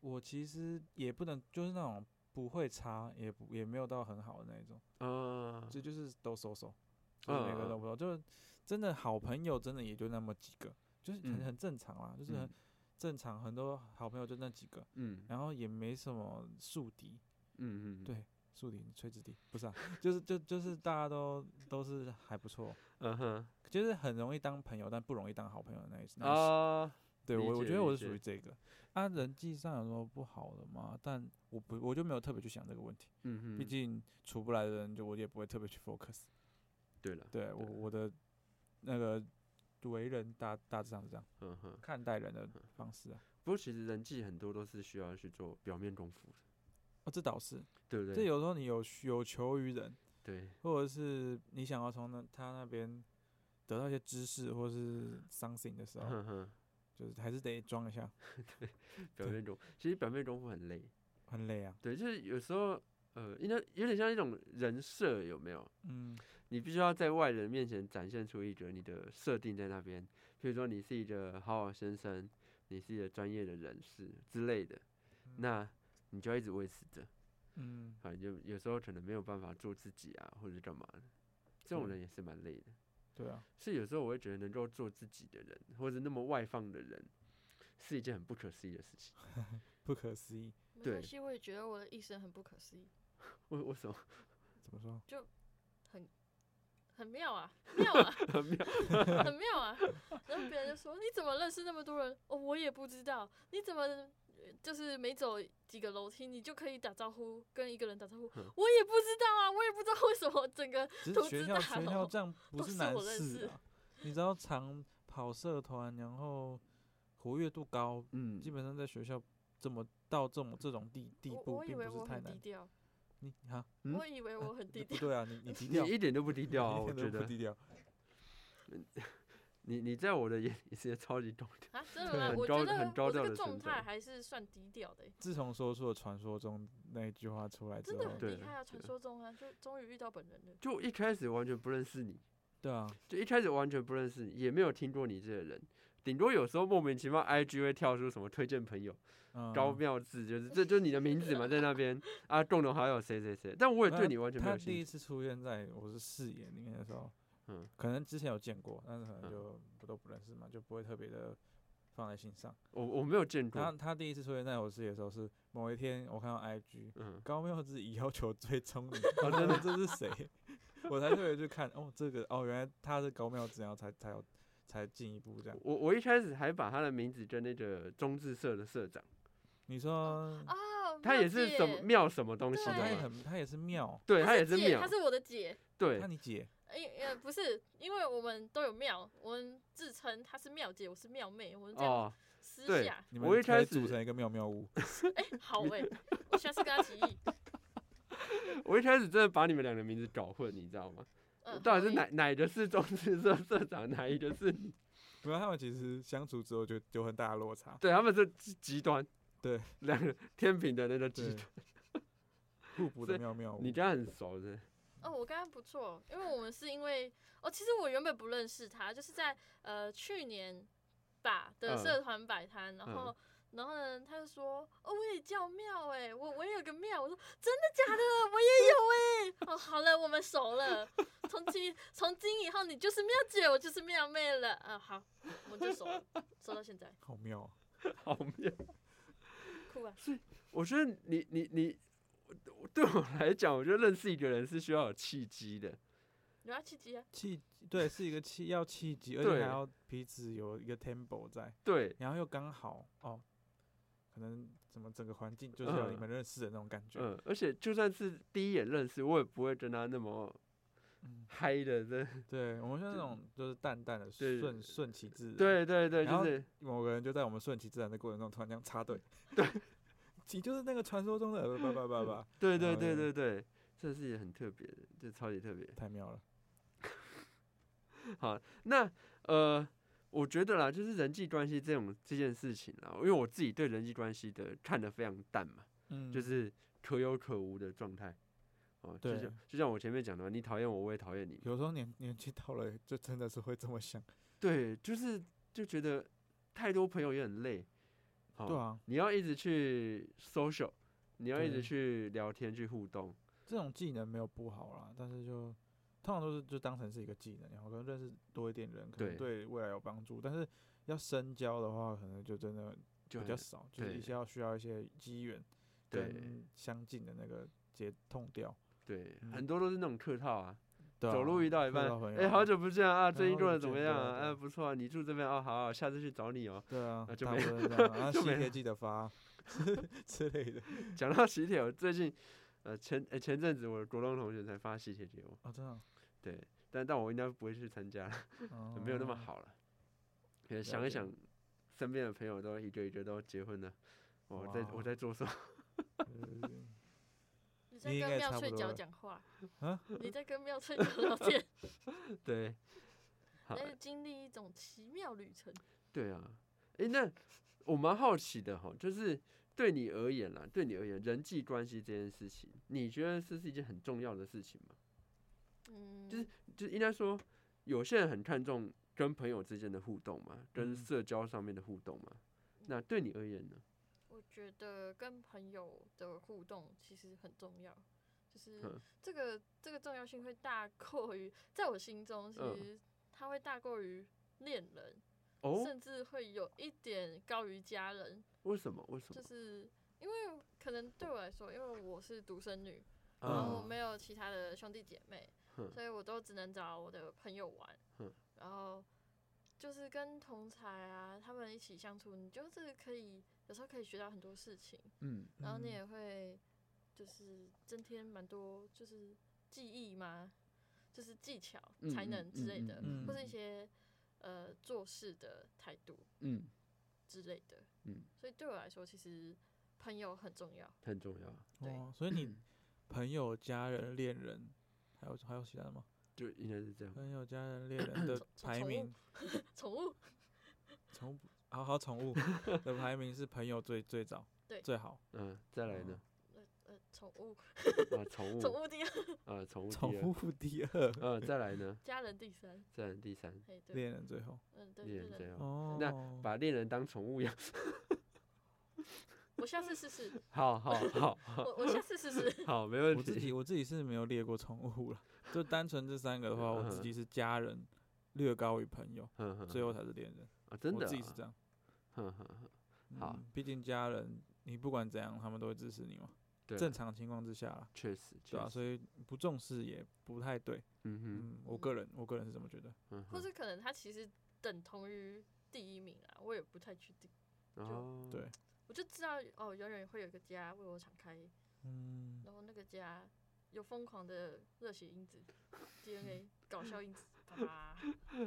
我其实也不能就是那种不会差，也不也没有到很好的那一种，
啊，
这就是都收手，就是每个
嗯嗯
都不错，就是真的好朋友真的也就那么几个，就是很
嗯
很正常啦，就是
嗯
很正常，很多好朋友就那几个，
嗯
然后也没什么宿敌，
嗯嗯，
对树敌垂直敌不是啊，就是就就是大家都都是还不错，
嗯哼，
就是很容易当朋友，但不容易当好朋友的那一那一型
啊，
对
理
我我
解
觉得
理
我是
解
属于这个。啊，人际上有什么不好的吗？但我不我就没有特别去想这个问题，
嗯哼，
毕竟处不来的人，就我也不会特别去 focus
对了，
对。我
对
我的那个为人大大致上是这样
嗯哼。
看待人的方式啊。
不过其实人际很多都是需要去做表面功夫的，
哦，这倒是，
对不对？
这有时候你有有求于人，
对，
或者是你想要从那他那边得到一些知识或是 something 的时候，
嗯哼哼，
就是还是得装一下，
表
对
面功，其实表面功夫很累，
很累啊。
对，就是有时候呃，应该有点像一种人设，有没有？
嗯，
你必须要在外人面前展现出一个你的设定在那边，比如说你是一个好好先生，你是一个专业的人士之类的，那你就要一直维持着，
嗯，
啊，就有时候可能没有办法做自己啊，或者是干嘛的，这种
对
人也是蛮累的。
对啊，
是有时候我会觉得能够做自己的人，或者那么外放的人，是一件很不可思议的事情。
不可思议，
没
对
关系，我也觉得我的一生很不可思议，
为为什么
怎么说？
很妙啊，妙啊，
很妙？
很妙啊。然后别人就说：“你怎么认识那么多人？”哦，我也不知道。你怎么呃就是每走几个楼梯，你就可以打招呼，跟一个人打招呼
嗯？
我也不知道啊，我也不知道为什么整个
只
投
是学
资
校
大
学校
楼
这样不
都
是
是
难
我认
事
识
啊，你知道常跑社团，然后活跃度高，
嗯
基本上在学校这么到这种这种地地
我
步，
我以
并
为
不
我
是太
很
难
低。调，
你啊，
嗯
我以为我很低
不
调。
对啊，你你低
你
调，
一点都不 低 调啊！
一
我
点
觉
都不
得
低调，
你你在我的眼里是超级懂的。
啊，真的
对
吗？
很
我
高
觉
很
得
高
我这
调
个
的存
状
在
态还是算低调的欸、
自从说出了传说中那一句话出来之
真
后
的，很
对
厉害啊！传
对
说中啊，就终于遇到本人了。
就一开始完全不认识你，
对啊，
就一开始完全不认识你，也没有听过你这个人，顶多有时候莫名其妙 IG 会跳出什么推荐朋友
嗯
高妙智， 就是这就是你的名字嘛，在那边啊，共同好友谁谁谁，但我也对你完全没
他
有兴
第一
趣。
次出现在我是视野里面的时候，
嗯
可能之前有见过，但是可
嗯
能就不都不认识嘛，就不会特别的放在心上。
我我没有见
他
过，
他第一次出现在我视野的时候是某一天，我看到 IG
嗯，
高妙自己要求追踪你，
哦
我
真
真
的
的 这是谁？我才特别去看，哦，这个哦，原来他是高妙自，然后才才有才进一步这样。
我我一开始还把他的名字跟那个中智社的社长，
你说
哦，
嗯他
妙
也是
姐
什么妙什么东西
哦，
对
他也
的嘛，
很，他也是妙，
对
她
他也是
姐，
妙
她，是我的姐。
对
那，你姐
因呃不是，因为我们都有妙，我们自称她是妙姐，我是妙妹，我们这样
哦，
私
对
下，
你
我
们
一开
可以组
始
成一个妙妙屋，
哎、好哎、我下次跟她提 议。
我一开始真的把你们两个名字搞混，你知道吗？
嗯，
到
好
底是
欸
哪哪一个是中智社社长，哪一个是你？
没有他们其实相处之后就有很大的落差，
对，他们是极极端，
对，
两个天平的那个极
对
端。，
互补
所以
的妙妙屋，
你跟他很熟是不是？
哦，我刚刚不错，因为我们是因为哦，其实我原本不认识他，就是在呃去年吧的
嗯
社团摆摊，然
嗯
后、然后呢，他就说哦，我也叫妙哎、我我也有个妙，我说真的假的，我也有哎、 哦，好了，我们熟了，从今从今以后你就是妙姐，我就是妙妹了，啊，好，我们就熟了，熟到现在，
好妙哦，
好妙！
酷啊，
我觉得你你你，我对我来讲，我觉得认识一个人是需要有契机的。
有要契机啊，
契对是一个契要契机，而
对
且还要彼此有一个 tempo 在，
对，
然后又刚好哦，可能怎么整个环境就是要你
嗯
们认识的那种感觉，
嗯，而且就算是第一眼认识，我也不会跟他那么
嗯，
嗨的，这
对，我们就是那种就是淡淡的
对
顺顺其自然，，
对对对，
然
就
后
是
某个人就在我们顺其自然的过程中突然这样插队， 对，你就是那个传说中的 叭叭叭叭，
对对
然后
对
也
对对，这是也很特别的，这超级特别。
太妙了，
好，那呃，我觉得啦，就是人际关系这种这件事情啦，因为我自己对人际关系的看得非常淡嘛，
嗯，
就是可有可无的状态。哦，就
对
像就像我前面讲的嘛，你讨厌我，我也讨厌你嘛。
有时候年年纪到了，就真的是会这么想，
对，就是就觉得太多朋友也很累。好
对啊，
你要一直去 social，你要一直
对
去聊天去互动。
这种技能没有不好啦，但是就通常都是就当成是一个技能，然后可能认识多一点人，可
对
能对未来有帮助。但是要深交的话，可能就真的
就
比
很
较少，就是
对
一些要需要一些机缘
对
跟相近的那个接痛调。
对，
嗯
很多都是那种客套啊，
对啊
走路遇到一
碰
半
到，朋
哎、
友
好
啊
久不见啊，最近
好
过得
久不
怎么
见
样
对啊
啊？哎、
对啊
不错啊，你住这边哦，好好，下次去找你哦。
对啊
啊，就
大
没
部分是这样啊，然 后
就
喜
没
帖记得发 之类的。
讲到喜帖，我最近呃前呃前阵子我的国中同学才发喜帖给我，
哦，真的
对，但但我应该不会去参加了，
哦，
没有那么好了。可能
了
想一
解
想，身边的朋友都一个一个都结婚了，我在我
哇
在做什么？
对。对对对
你在
你应
跟
该
妙
差不
翠
多
角
了
讲话
啊，
你在跟妙翠角聊天，
对，好
在经历一种奇妙旅程。
对啊，哎、那我蛮好奇的哈，就是对你而言啦，对你而言，人际关系这件事情，你觉得这是一件很重要的事情吗？
嗯，
就是就应该说，有些人很看重跟朋友之间的互动嘛，跟
嗯
社交上面的互动嘛。那对你而言呢？
我觉得跟朋友的互动其实很重要，就是
嗯
这个这个重要性会大过于，在我心中其
嗯
实它会大过于恋人，
哦，
甚至会有一点高于家人，
为什么？为什
就
么？
是因为可能对我来说，因为我是独生女，然后
啊
哦没有其他的兄弟姐妹，
哼
所以我都只能找我的朋友玩
哼。
然后就是跟同才啊，他们一起相处，你就是可以有时候可以学到很多事情，
嗯，
然后你
嗯
也会就是增添蛮多就是技艺嘛，就是技巧、
嗯
才
嗯
能之类的，
嗯
或是一些呃做事的态度
嗯，
之类的。
嗯，
所以对我来说，其实朋友很重要。
很重要，
对
哦，所以你朋友、家人、恋人，还有还有其他的吗？
就应该是这样。
朋友、家人、恋人的
宠
排
宠物
名，
宠物
宠物好 好宠物的排名是朋友最最早，
对
最好。
嗯，再来呢？
呃，宠宠物，
呃，宠
宠
物，
物第二，
呃，宠物第
宠
二，
物第二，
呃，再来呢，
家人第三，
再来第三，
嘿，对，
恋人最后
嗯，对，
猎
对
人
对，
最后，
哦，
那把猎人当宠物养，
我下次试试，
好好好
我我下次试试，
好，没问
我自
题。
己我自己是没有列过宠 物了，就单纯这三个的话，我
嗯
自己是家人略高于朋友，
哼哼
最后
哼
才是恋人，
啊，真
我
的
自己是
啊
这样。
哼哼哼好
嗯，毕竟家人你不管怎样，他们都会支持你嘛，
对
正
啊，
常情况之下啦，
确实，确
对啊，
实，
所以不重视也不太对。
嗯
嗯，我个人我个人是这么觉得。
哼，嗯
或
哼，
是可能他其实等同于第一名啊，我也不太确定，
然
就
后
对，
我就知道哦，永远会有一个家为我敞开，
嗯，
然后那个家有疯狂的热血因子，DNA 搞笑因子，啪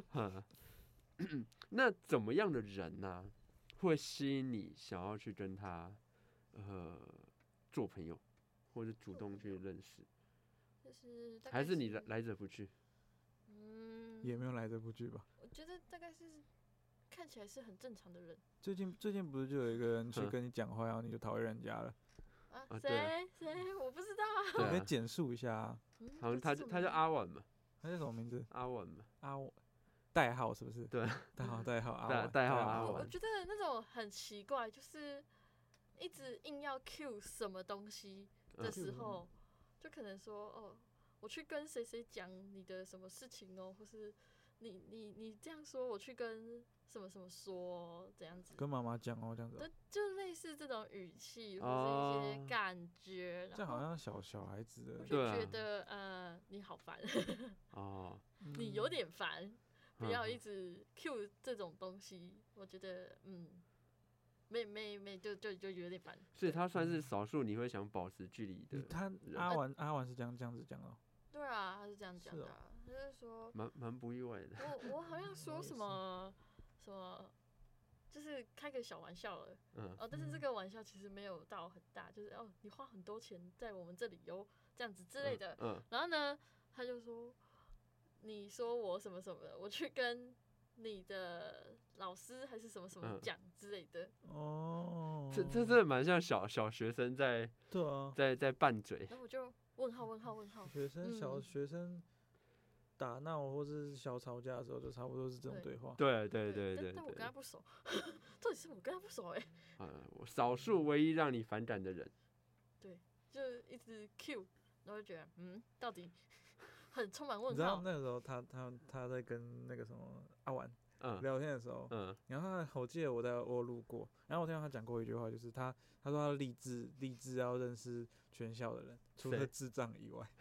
啪，
哼 那怎么样的人呢、会吸引你想要去跟他呃做朋友，或者主
做
动
朋
去认识？
就是大
还
概
是你来来者 不拒？
嗯，
也没有来这部剧吧。
我觉得大概是看起来是很正常的人
最近最近不是就有一个人去
嗯
跟你讲话，然后你就讨厌人家了？
啊
啊，对啊
谁谁我不知道啊，
对
你可以
啊，
简述一下啊，
嗯
好像
不
他
知
就
道
他叫
名
阿婉嘛，
他叫什么名字？
阿婉嘛，
阿我代号是不是？
对，
代号代号阿
代
婉
代号阿
字，我
婉
我觉得那种很奇怪，就是一直硬要 cue 什么东西的
嗯
时候，就可能说哦，我去跟谁谁讲你的什么事情哦，或是你你你这样说，我去跟什么什么说哦这样子，
嗯
跟妈妈讲哦，这样子哦
对，，就类似这种语气或是一
哦
些感觉，
哦这
然
样好
后
像小小孩子
哦我
的，
就
对
觉
啊
得、呃你好烦，
哦，
你有
嗯
点烦，不要
嗯
一直 Q 这种东西，我觉得嗯，没没没，就就就有点烦。
嗯所以他算
嗯
是少数你会想保持距离
你
的，
嗯他
人
阿婉阿婉是这样这样子讲的哦，
对啊，他是这样讲
是
的
哦
啊、他就是说
蛮蛮不意外的。
我我好像
我
说
也
什
是
么什么，就是开个小玩笑了
嗯，
哦，但是这
嗯
个玩笑其实没有到很大，就是哦你花很多钱在我们这里哟这样子之
之
类的。
嗯，
然后呢，他就说你说我什么什么的，我去跟你的老师还是什么什么
嗯
讲之类的。
哦，
这这真的蛮像小小学生在
对啊，
在在拌嘴，
然后我就问号问号问号，
学生小
嗯
学生打闹或是小吵架的时候，就差不多是这种
对
对话，
对对对对
但但我跟
对
他，不熟， 到底是我跟他不熟哎、
啊，我少数唯一让你反感的人，
就一直 Q，然后就觉得嗯，到底很充满问
你知道
号，
那个时候他他他在跟那个什么阿婉
嗯
聊天的时候，
嗯
然后他我记得我在我有录过，然后我听到他讲过一句话，就是他他说他立志立志要认识全校的人，除了
谁
智障以外。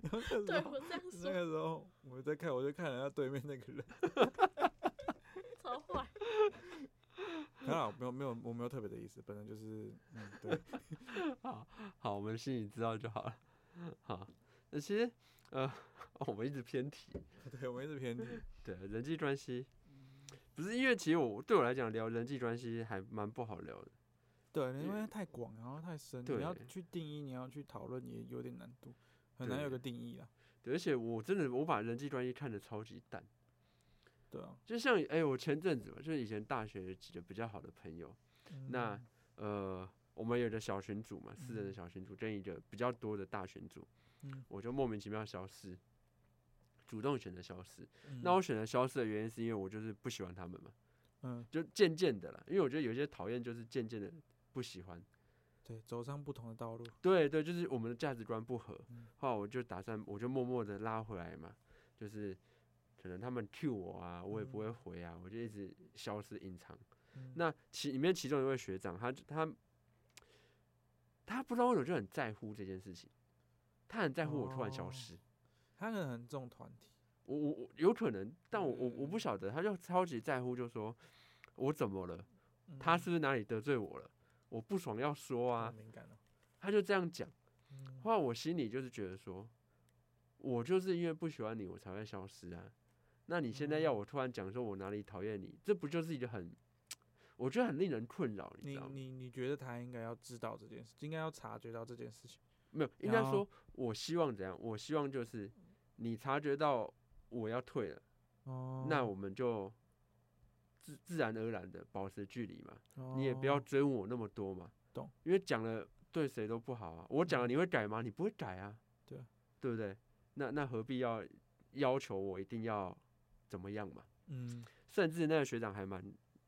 然后那
对
时候
我这样
那
说
个时候我在看，我就看人家对面那个人，
超坏，
当然我没有没有我没有特别的意思，本身就是嗯对，
好，我们心里知道就好了。好，那其实呃、哦我们一直偏题，
对我们一直偏题，
对人际关系，不是因为其实我对我来讲聊人际关系还蛮不好聊的，
对，因为太广，然后太深，你
对
要去定义，你要去讨论也有点难度，很难有
对
个定义啊，
对，而且我真的我把人际关系看得超级淡，
对啊，
就像哎、我前阵子吧，就是以前大学几个比较好的朋友，那
嗯
呃，我们有个小群组嘛，四人的
嗯
小群组跟一个比较多的大群组，
嗯
我就莫名其妙消失，主动选择消失。
嗯
那我选择消失的原因是因为我就是不喜欢他们嘛，
嗯
就渐渐的啦，因为我觉得有些讨厌就是渐渐的不喜欢。
对走上不同的道路，
对对，就是我们的价值观不合
嗯，
后来我就打算我就默默的拉回来嘛，就是可能他们 Q 我啊，我也不会
嗯
回啊，我就一直消失隐藏。
嗯
那其里面其中一位学长，他就他他不知道为什么就很在乎这件事情，他很在乎我突然消
哦
失，
他可能很重团体，
我我我有可能，但我我我
嗯
不晓得，他就超级在乎，就说我怎么了，他
嗯
是不是哪里得罪我了，我不爽要说
好
啊，
敏感哦。
他就这样讲。
嗯
后来我心里就是觉得说，我就是因为不喜欢你，我才会消失啊。那你现在要
嗯
我突然讲说我哪里讨厌你，这不就是一个很，我觉得很令人困扰，你
你
知道吗？
你你觉得他应该要知道这件事，应该要察觉到这件事情。
没有，应该
要
说，我希望怎样？我希望就是你察觉到我要退了，
哦
那我们就自自然而然的保持距离嘛，
我
你也不要追问我那么多嘛。
哦懂？嗯
因为讲了对谁都不好啊。我讲了你会改吗？你不会改啊，
对啊
对不对？那那何必要要求我一定要怎么样嘛？
嗯
甚至那个学长还蛮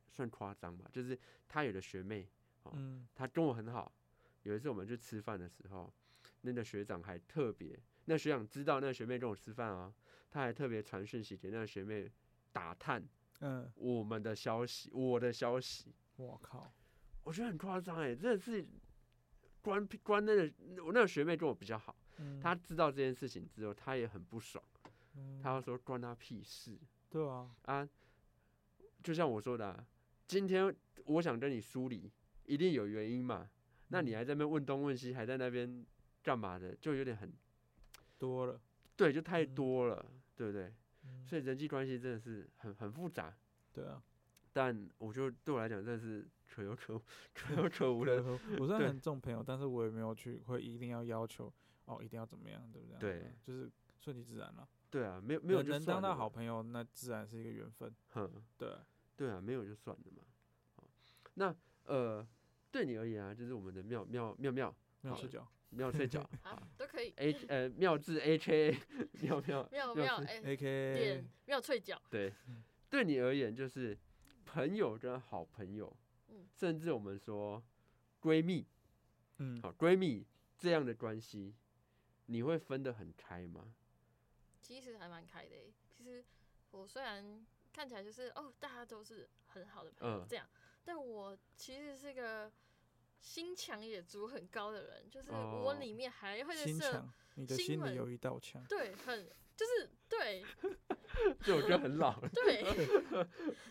算夸张吧，就是他有的学妹，哦
嗯，
她跟我很好。有一次我们去吃饭的时候，那个学长还特别，那学长知道那个学妹跟我吃饭啊，他还特别传讯息给那个学妹打探
嗯，
我们的消息，我的消息，
我靠，
我觉得很夸张哎，真的是关关那个我那个学妹跟我比较好，
嗯
她知道这件事情之后，她也很不爽，
嗯
她说关她屁事
对啊，
啊！就像我说的、啊，今天我想跟你梳理，一定有原因嘛，那你
嗯
还在那边问东问西，还在那边干嘛的，就有点很
多了，
对，就太
嗯
多了，对不对？
嗯
所以人际关系真的是很很复杂，
对啊，
但我就对我来讲，真的是可有可无， 可有可无 的。
我我虽然
对
很重朋友，但是我也没有去会一定要要求哦，一定要怎么样，对不对？
对
嗯，就是顺其自然了。
对啊，没有没有
能
就
能
算
当到
了
好，朋友，那自然是一个缘分。
哼，
对，
对啊，没有就算了嘛。好那呃，对你而言啊，就是我们的妙妙妙妙
没有
好
睡觉
妙睡觉
啊，都可以，
A 呃妙智 A K 妙妙
妙妙
智
哎，
，A K
点妙脆角，
对，对你而言就是朋友跟好朋友，
嗯
甚至我们说闺蜜，
嗯，
好闺蜜这样的关系，你会分得很开吗？
其实还蛮开的欸。其实我虽然看起来就是哦，大家都是很好的朋友
嗯
这样，但我其实是个心墙也筑很高的人，就是
哦
我里面还会
心
设
墙，你的
新
心里
闻
有一道墙。
对，很就是对，
这首歌很老 了
对，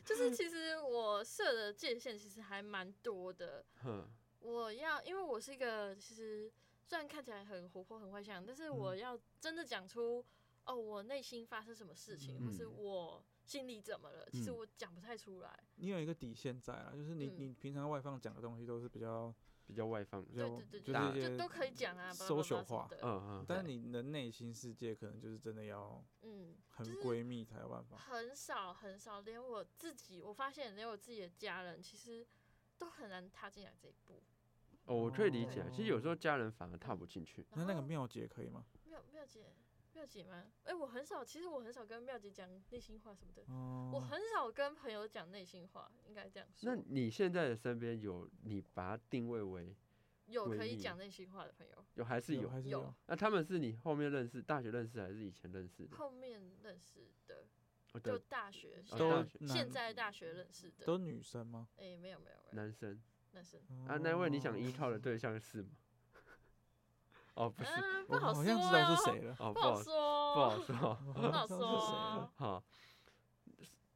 就是其实我设的界限其实还蛮多的。
哼，
我要，因为我是一个其实虽然看起来很活泼、很外向，但是我
嗯
要真的讲出、哦，我内心发生什么事情，或是
嗯
我心里怎么了，其实
嗯
我讲不太出来。
你有一个底线在啊，就是你、
嗯
你平常外放讲的东西都是比较
比较外放，
比
对
较
对对
就
大
是
对，
一
就
些
都可以讲啊，巴拉巴拉
social
什么
化
的，
嗯嗯，
但是
对
你的内心世界可能就是真的要
嗯，
很
就是
闺蜜才有办法。
很少很少，连我自己，我发现连我自己的家人其实都很难踏进来这一步。
哦，我可以理解啊。其实有时候
哦
家人反而踏不进去，
那那个
然后
妙姐可以吗？
妙妙姐，妙姐吗？哎、我很少，其实我很少跟妙姐讲内心话什么的，
哦，
我很少跟朋友讲内心话，应该这样说。
那你现在的身边有你把它定位为
有可
闺
以
蜜
讲内心话的朋友，
有还是有？
还是
有
有，
那他们是你后面认识，大学认识还是以前认识的？
后面认识的，
哦
就
的
大学，现
哦大
都
在
学
男
现在大学认识的。
都女生吗？
哎、没有没有没有，
男生
那是
啊，那位你想依靠的
哦，
对象是吗？ 哦， 不是，
嗯，不
我
好
好
说
像知道是谁 了，
哦，
不
不
好
好
说哦，
不好说，
我
不好
好像知
说
道是谁了
哦。
好，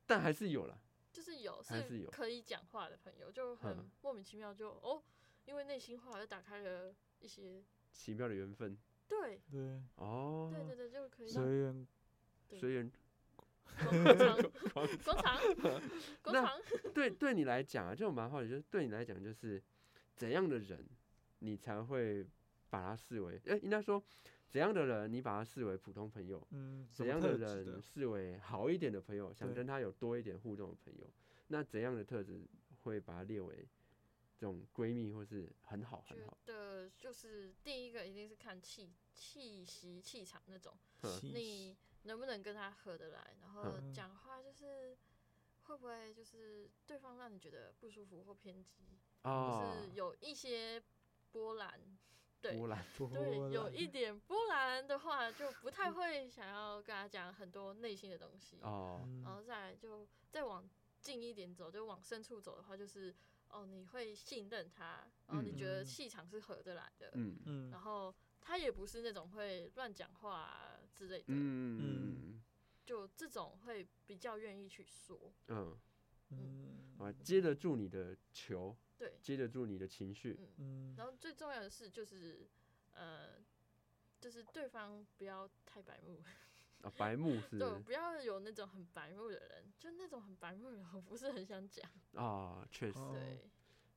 但还是有了。
就是有
还是有
可以讲话的朋友，就很
嗯
莫名其妙就哦，因为内心话就打开了一些
奇妙的缘分
对
对，
哦，
对对对，就可以
随缘
对
随缘。
广场广场 广
那
场，
对，对你来讲啊，就蛮好奇，就是对你来讲，就是怎样的人，你才会把他视为，哎、应该说怎样的人，你把他视为普通朋友，
嗯，什
怎
么
样
特
的
质
人 视为好一点的朋友，想
对
跟他有多一点互动的朋友，那怎样的特质会把他列为这种闺蜜或是很好
觉
很好？
得就是第一个一定是看气气息气场那种，
嗯
气
你能不能跟他合得来，然后
嗯
讲话就是会不会就是对方让你觉得不舒服或偏激，
哦
或，
啊
是有一些波澜，对，
波兰
波
对，有
澜
一点波澜的话，就不太会想要跟他讲很多内心的东西。
哦，
嗯
然后再来就再往近一点走，就往深处走的话，就是哦，你会信任他，然后你觉得
嗯
气场是合得来的，
嗯嗯
嗯
然后他也不是那种会乱讲话、啊、之类的，
嗯嗯
嗯
就这种会比较愿意去说。
嗯，
嗯
啊，接得住你的球，
对，
接得住你的情绪，
嗯，
嗯
然后最重要的是就是呃，就是对方不要太白目。
啊，白 目是不
对，
是
不要有那种很白目的人，就那种很白目的人，我不是很想讲。
啊，确实。
哦
对，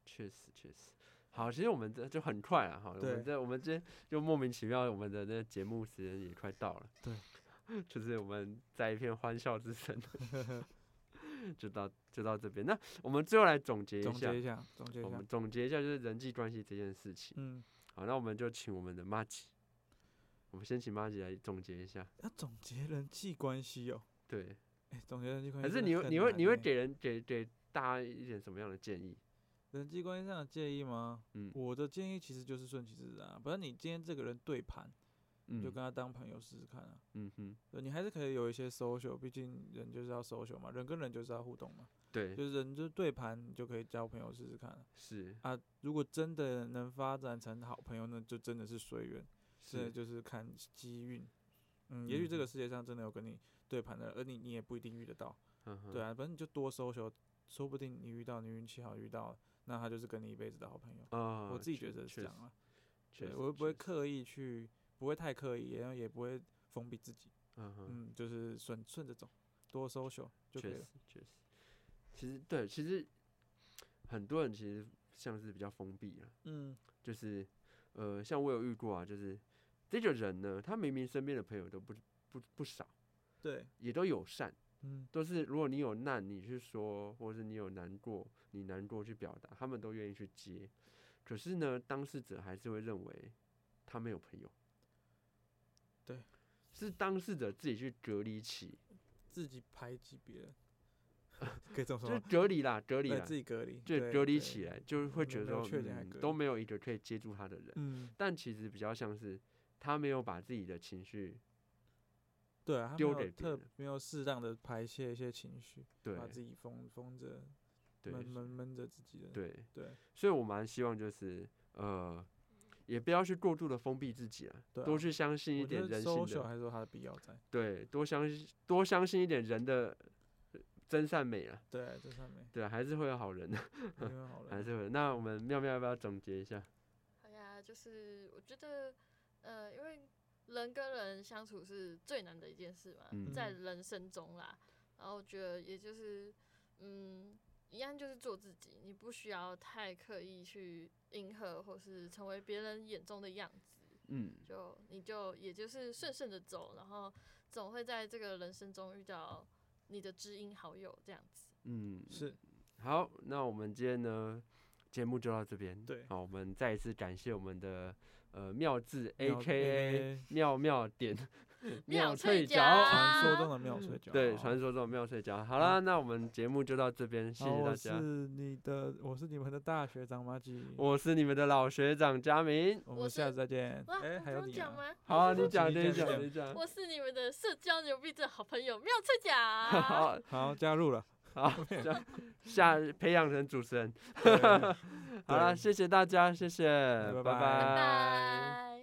确实确实。好，其实我们这就很快啊了哈，我
对
们这我们这就莫名其妙，我们的那节目时间也快到了。对， 就是我们在一片欢笑之声，就到就到这边。那我们最后来总结
嗯总
一下，
结一下，总结一
我
下
们，总结一下就是人际关系这件事情。
嗯
好，那我们就请我们的妈吉，我们先请妈吉来总结一下。
要总结人际关系哦，
对，
哎，总结人际关系
还
真的
是
很
你
难
会
欸，
你会你会给人给给大家一点什么样的建议？
人际关系上的建议吗？
嗯
我的建议其实就是顺其自然啊，反正你今天这个人对盘，
嗯，
就跟他当朋友试试看啊。
嗯哼，
对，你还是可以有一些 social，毕竟人就是要 social 嘛，人跟人就是要互动嘛，
对，
就是人就是对盘，你就可以交朋友试试看啊
是
啊。如果真的能发展成好朋友，那就真的是随缘，这
是，
就是看机运。嗯，也许这
嗯
个世界上真的有跟你对盘的，而你你也不一定遇得到。
嗯哼
对，啊，反正你就多 social，说不定你遇到你运气好遇到，那他就是跟你一辈子的好朋友。
啊，
我自己
确
觉得是
确
这样
实
啊，
确
对
实
我不会
确实
刻意去，不会太刻意，然后也不会封闭自己。
嗯哼。
嗯，就是顺顺着走，多 social 就可
确
以
实
了。，
确实，其实对，其实很多人其实像是比较封闭啊，
嗯，
就是呃，像我有遇过啊，就是这个人呢，他明明身边的朋友都不不不少，
对，
也都友善，
嗯，
都是如果你有难你去说，或是你有难过你难过去表达，他们都愿意去接。可是呢，当事者还是会认为他没有朋友，
对，
是当事者自己去隔离起，
自己排挤别 人，可以这
就
么说
是
吗？
隔离啦，隔离
对
啦，
自己隔离，
就
对
隔离
对
起来，就是会
没
觉
有
得
没有
说
确定还
嗯
隔
都
离
没有一个可以接住他的人，
嗯，
但其实比较像是他没有把自己的情绪
对啊，他没
丢
有
给别
特
人
没有适当的排泄一些情绪，
对
把自己封封着，
对
闷闷闷着自己的，
对，
对啊
所以我蛮希望就是呃，也不要去过度的封闭自己啊，
对啊
多去相信一
我觉
点
得
人性
social
的，
还是有它的必要在。
对，多相信多相信一点人的呃真善美啊，
对，这上 面
对啊，还是会有好人的，
因为好
还
了，
是会有。那我们妙妙要不要总结一下？
好呀，就是我觉得，呃，因为人跟人相处是最难的一件事嘛，
嗯
在人生中啦。然后我觉得，也就是，嗯，一样就是做自己，你不需要太刻意去迎合或是成为别人眼中的样子，
嗯，
就你就也就是顺顺的走，然后总会在这个人生中遇到你的知音好友这样子。
嗯，
是
好，那我们今天呢节目就到这边。
对
好，我们再一次感谢我们的呃妙智 A
妙
K A 妙妙 点
妙脆
脆
角
传说
啊
中的妙水饺，
对，传说中的妙脆角。好啦，那我们节目就到这边， 谢
好
谢大
我
家。
是你的，我是你们的大学长马吉，
我是你们的老学长佳明。
我
我
们下
是
次再见。
哇，
哎，
我不
还有
用
你
讲
啊，
吗？
好啊，你
你
讲，
讲
你
你
讲，
讲
你讲。
我是你们的社交牛逼症好朋友妙翠 甲。
好
好加入了。
好，下下培养成主持人。
对
好了，
对
谢谢大家，谢谢，
拜拜
拜
拜拜。